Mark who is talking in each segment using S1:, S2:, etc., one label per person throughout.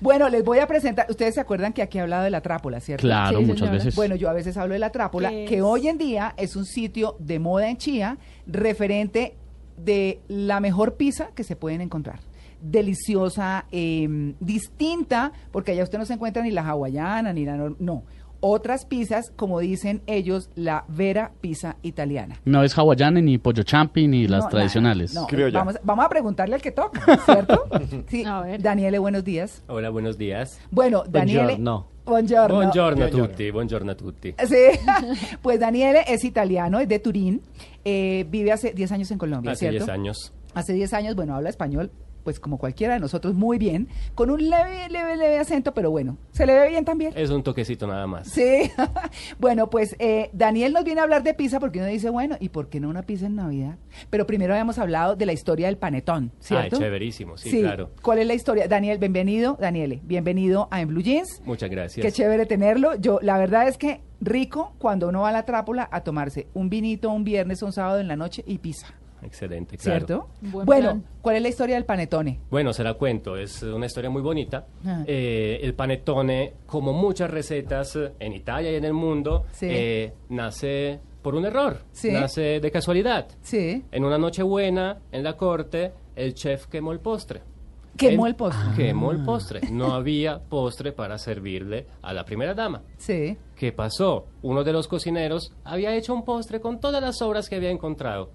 S1: Bueno, les voy a presentar. Ustedes se acuerdan que aquí he hablado de la trápola, ¿cierto?
S2: Claro,
S3: Sí,
S2: muchas
S3: señora.
S2: veces.
S1: Bueno, yo a veces hablo de la trápola,
S3: ¿Qué
S1: que
S3: es?
S1: hoy en día es un sitio de moda en Chía, referente de la mejor pizza que se pueden encontrar. Deliciosa, eh, distinta, porque allá usted no se encuentra ni la hawaiana, ni la... nor- No, otras pizzas, como dicen ellos, la vera pizza italiana.
S2: No es hawaiana, ni pollo champi, ni las
S1: No,
S2: tradicionales.
S1: nada, no.
S4: Criolla.
S1: Vamos, vamos a preguntarle al que toca, ¿cierto? Sí,
S3: A ver.
S1: Daniele, buenos días.
S5: Hola, buenos días.
S1: Bueno, Daniele...
S5: Buongiorno.
S1: Buongiorno. Eh,
S5: Buongiorno a tutti, buongiorno a tutti.
S1: Sí, pues Daniele es italiano, es de Turín, eh, vive hace 10 años en Colombia,
S5: Hace
S1: ¿cierto?
S5: 10 años.
S1: Hace 10 años, bueno, habla español, pues como cualquiera de nosotros, muy bien, con un leve, leve, leve acento, pero bueno, se le ve bien también.
S5: Es un toquecito nada más.
S1: Sí, bueno, pues eh, Daniel nos viene a hablar de pizza porque uno dice, bueno, ¿y por qué no una pizza en Navidad? Pero primero habíamos hablado de la historia del panetón, ¿cierto?
S5: Ah, chéverísimo, sí, claro.
S1: ¿Cuál es la historia? Daniel, bienvenido, Daniele, bienvenido a En Blue Jeans.
S5: Muchas gracias.
S1: Qué chévere tenerlo. Yo, la verdad es que rico cuando uno va a la trápola a tomarse un vinito un viernes o un sábado en la noche y pizza,
S5: Excelente, claro.
S1: ¿cierto?
S3: Buen
S1: bueno,
S3: plan.
S1: ¿cuál es la historia del panetone?
S5: Bueno, se la cuento, es una historia muy bonita.
S1: Ah.
S5: Eh, el panettone, como muchas recetas eh, en Italia y en el mundo,
S1: Sí.
S5: eh, nace por un error,
S1: Sí.
S5: nace de casualidad.
S1: Sí.
S5: En una noche buena, en la corte, el chef quemó el postre.
S1: Quemó
S5: Él
S1: el postre. Ah.
S5: Quemó el postre. No había postre para servirle a la primera dama.
S1: Sí.
S5: Ah. ¿Qué pasó? Uno de los cocineros había hecho un postre con todas las obras que había encontrado.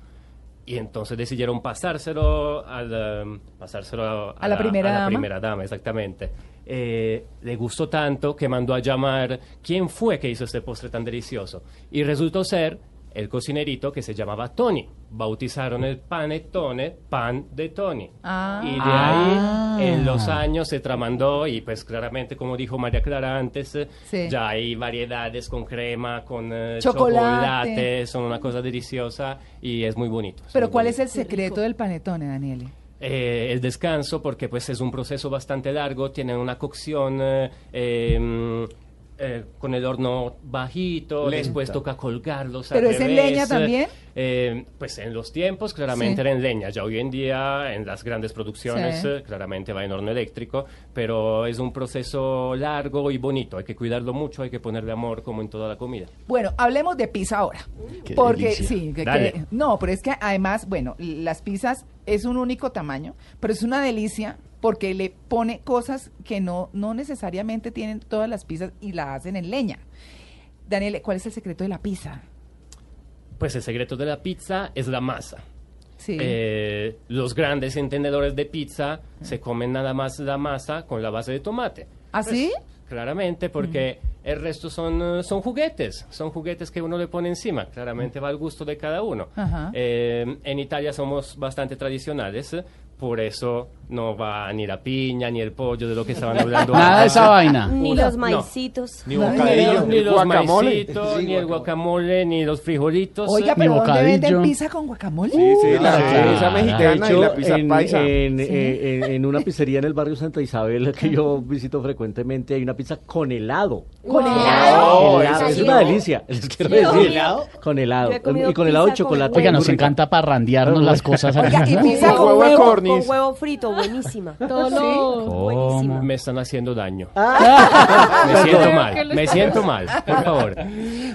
S5: Y entonces decidieron pasárselo, al, em, pasárselo a,
S1: A la primera dama.
S5: primera dama, exactamente. Eh, le gustó tanto que mandó a llamar quién fue que hizo este postre tan delicioso. Y resultó ser el cocinerito que se llamaba Tony. Bautizaron el panettone, pan de Tony.
S1: Ah.
S5: Y de ahí
S2: Ah.
S5: en los años se tramandó y pues claramente, como dijo María Clara antes, eh,
S1: Sí.
S5: ya hay variedades con crema, con eh,
S1: Chocolate.
S5: chocolate. son una cosa deliciosa y es muy bonito. es
S1: Pero
S5: muy
S1: ¿cuál es
S5: bonito.
S1: el secreto del panetone, Daniele?
S5: Eh, el descanso, porque pues es un proceso bastante largo, tiene una cocción... eh, eh, mm, eh, con el horno bajito, después toca colgarlos. al
S1: ¿Pero es en
S5: revés,
S1: leña
S5: eh,
S1: también?
S5: eh, pues en los tiempos claramente
S1: Sí.
S5: era en leña, ya hoy en día en las grandes producciones
S1: Sí.
S5: eh, claramente va en horno eléctrico, pero es un proceso largo y bonito, hay que cuidarlo mucho, hay que ponerle amor como en toda la comida.
S1: Bueno, hablemos de pizza ahora.
S2: Qué
S1: porque
S2: delicia.
S1: sí, que- que-
S5: Dale.
S1: no, pero es que además, bueno, las pizzas es un único tamaño, pero es una delicia porque le pone cosas que no no necesariamente tienen todas las pizzas y la hacen en leña. Daniel, ¿cuál es el secreto de la pizza?
S5: Pues el secreto de la pizza es la masa.
S1: Sí.
S5: Eh, los grandes entendedores de pizza se comen nada más la masa con la base de tomate.
S1: ¿Ah, sí?
S5: pues, Claramente, porque el resto son, eh, son juguetes, son juguetes que uno le pone encima, claramente va al gusto de cada uno.
S1: Ajá.
S5: Eh, en Italia somos bastante tradicionales, eh, por eso no va ni la piña, ni el pollo de lo que estaban hablando.
S2: Nada de
S5: antes.
S2: esa vaina.
S1: Mm,
S6: Ni
S5: Una-
S6: los
S5: no.
S6: maicitos.
S4: Ni
S5: Ni
S4: bocadillo,
S5: los, ni los
S4: guacamole.
S5: maicitos, ni el guacamole, ni los frijolitos.
S1: Oiga,
S2: mi
S1: pero ¿dónde venden
S2: bocadillo.
S1: pizza con guacamole?
S4: Sí, sí, la
S2: Ah,
S4: pizza
S2: de
S7: De
S4: mexicana y
S7: hecho,
S4: la pizza
S7: en,
S4: paisa.
S7: en- eh, en- en una pizzería en el barrio Santa Isabel que yo visito frecuentemente hay una pizza con helado.
S1: Con
S6: Wow.
S1: helado.
S4: Oh,
S7: Helado,
S4: ¿en
S7: es
S6: serio?
S7: una delicia, les quiero
S6: Yo he
S7: decir.
S6: comido-
S7: Con
S6: yo
S7: helado.
S6: he comido
S7: Y con helado de
S6: pizza con
S7: chocolate.
S6: huevo.
S2: Oiga,
S7: muy
S2: nos
S7: rica.
S2: encanta parrandearnos las cosas.
S1: Oiga, y pizza
S4: Con
S1: con
S4: huevo de
S1: huevo.
S4: codorniz.
S6: Con huevo frito, buenísima.
S3: Todo lo-
S6: Buenísima.
S5: Me están haciendo daño.
S1: Ah.
S5: me siento mal, me siento mal, por favor.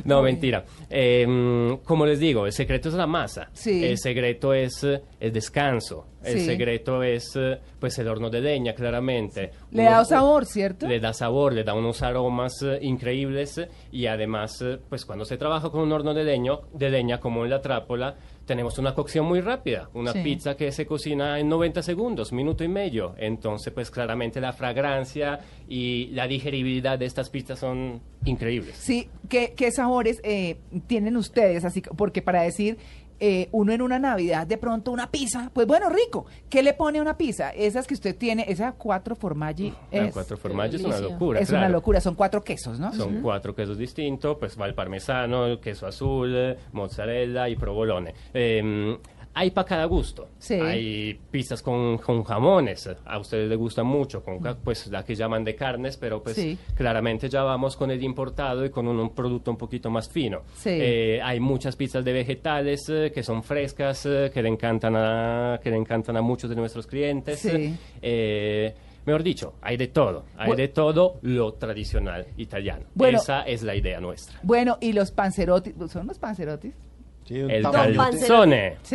S5: No, mentira. Eh, mm, como les digo, el secreto es la masa.
S1: Sí.
S5: El secreto es eh, el descanso. El
S1: Sí.
S5: secreto es eh, pues el horno de leña, claramente.
S1: Le
S5: Uno-
S1: da sabor, ¿cierto?
S5: le da sabor, le da unos aromas eh, increíbles eh, y además, eh, pues cuando se trabaja con un horno de, leño, de leña como en la trápola, tenemos una cocción muy rápida, una
S1: Sí.
S5: pizza que se cocina en 90 segundos, minuto y medio. Entonces, pues claramente la fragancia y la digeribilidad de estas pizzas son increíbles.
S1: Sí, ¿qué, qué sabores eh, tienen ustedes? Así que- porque para decir eh, uno en una Navidad de pronto una pizza, pues bueno, rico. ¿Qué le pone a una pizza? Esas que usted tiene, esas cuatro formaggi.
S5: Las
S1: es-
S5: cuatro formaggi es una
S3: delicia.
S5: locura.
S1: es una
S5: claro.
S1: locura, son cuatro quesos, ¿no?
S5: Son cuatro quesos distintos, pues va el parmesano, el queso azul, eh, mozzarella y provolone. Ehm, hay para cada gusto.
S1: Sí.
S5: Hay pizzas con, con jamones, a ustedes les gustan mucho, con ca- pues la que llaman de carnes, pero pues
S1: Sí.
S5: claramente ya vamos con el importado y con un, un producto un poquito más fino.
S1: Sí.
S5: Eh, hay muchas pizzas de vegetales eh, que son frescas, eh, que le encantan a, que le encantan a muchos de nuestros clientes.
S1: Sí.
S5: Eh, mejor dicho, hay de todo. Hay
S1: Bu-
S5: de todo lo tradicional italiano.
S1: Bueno.
S5: Esa es la idea nuestra.
S1: Bueno, y los panzerotis, ¿son los panzerotis?
S5: El
S6: tamalito.
S5: calzone.
S1: Sí,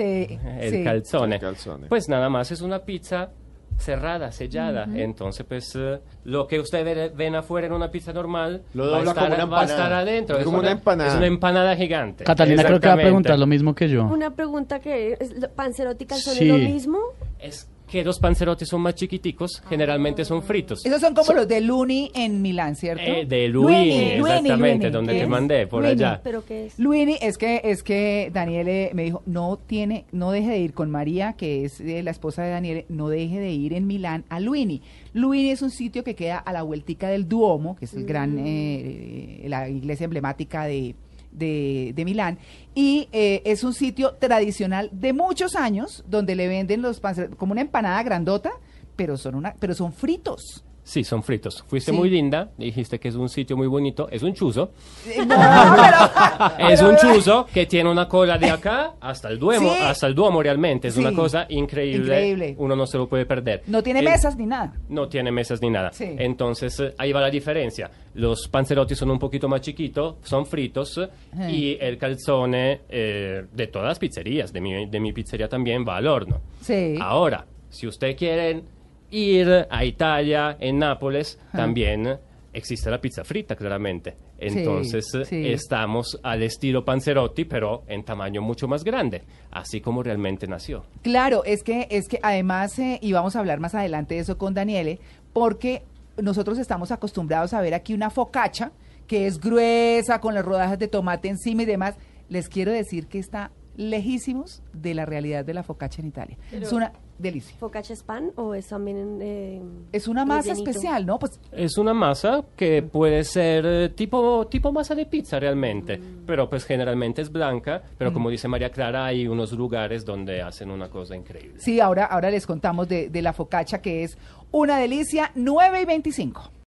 S5: El
S1: sí.
S5: calzone.
S4: El calzone.
S5: Pues nada más es una pizza cerrada, sellada. Entonces, pues eh, lo que ustedes ven, ven afuera en una pizza normal
S4: Lo
S5: va, a
S4: dobla
S5: estar,
S4: como una
S5: va a estar
S4: empanada.
S5: adentro.
S4: Es como una empanada.
S5: es una empanada gigante.
S2: Catalina creo que va a
S5: Exactamente.
S2: preguntar lo mismo que yo.
S6: Una pregunta que es, lo- ¿Panzerotti y calzone
S2: Sí.
S6: lo mismo?
S5: Es que los panzerotti son más chiquiticos, generalmente son fritos.
S1: Esos son como los de Luni en Milán, ¿cierto?
S5: Eh, de Luini, exactamente, donde
S6: ¿Qué
S5: te
S6: es?
S5: mandé, por
S1: Luini.
S5: allá.
S6: ¿Pero qué es?
S1: Luini, es que, es que Daniele me dijo, no tiene, no deje de ir con María, que es eh, la esposa de Daniele, no deje de ir en Milán a Luini. Luini es un sitio que queda a la vueltica del Duomo, que es el gran, eh, la iglesia emblemática de, de, de Milán, y eh, es un sitio tradicional de muchos años, donde le venden los panzer- como una empanada grandota, pero son una, pero son fritos.
S5: Sí, son fritos. Fuiste
S1: Sí.
S5: muy linda, dijiste que es un sitio muy bonito. Es un chuzo.
S1: Eh, no, pero-
S5: Es
S1: pero-
S5: un chuzo que tiene una cola de acá hasta el duomo,
S1: Sí.
S5: hasta el duomo realmente. Es
S1: Sí.
S5: una cosa increíble.
S1: Increíble.
S5: Uno no se lo puede perder.
S1: No tiene
S5: Eh,
S1: mesas ni nada.
S5: No tiene mesas ni nada.
S1: Sí.
S5: Entonces eh, ahí va la diferencia. Los panzerotti son un poquito más chiquitos, son fritos
S1: Ajá.
S5: y el calzone eh, de todas las pizzerías, de mi, de mi pizzería también, va al horno.
S1: Sí.
S5: Ahora, si ustedes quieren ir a Italia, en Nápoles, también existe la pizza frita, claramente. Entonces,
S1: Sí, sí.
S5: estamos al estilo Panzerotti, pero en tamaño mucho más grande, así como realmente nació.
S1: Claro, es que, es que además, eh, y vamos a hablar más adelante de eso con Daniele, porque nosotros estamos acostumbrados a ver aquí una focacha que es gruesa, con las rodajas de tomate encima y demás. Les quiero decir que está lejísimos de la realidad de la focacha en Italia. es una delicia.
S6: ¿Focaccia es pan o es también eh,
S1: Es una masa
S6: rellenito?
S1: especial, ¿no? Pues
S5: Es una masa que puede ser eh, tipo, tipo masa de pizza realmente,
S1: Mm.
S5: pero pues generalmente es blanca, pero como dice María Clara, hay unos lugares donde hacen una cosa increíble.
S1: sí, ahora, ahora les contamos de, de la focacha que es una delicia 9 y 25.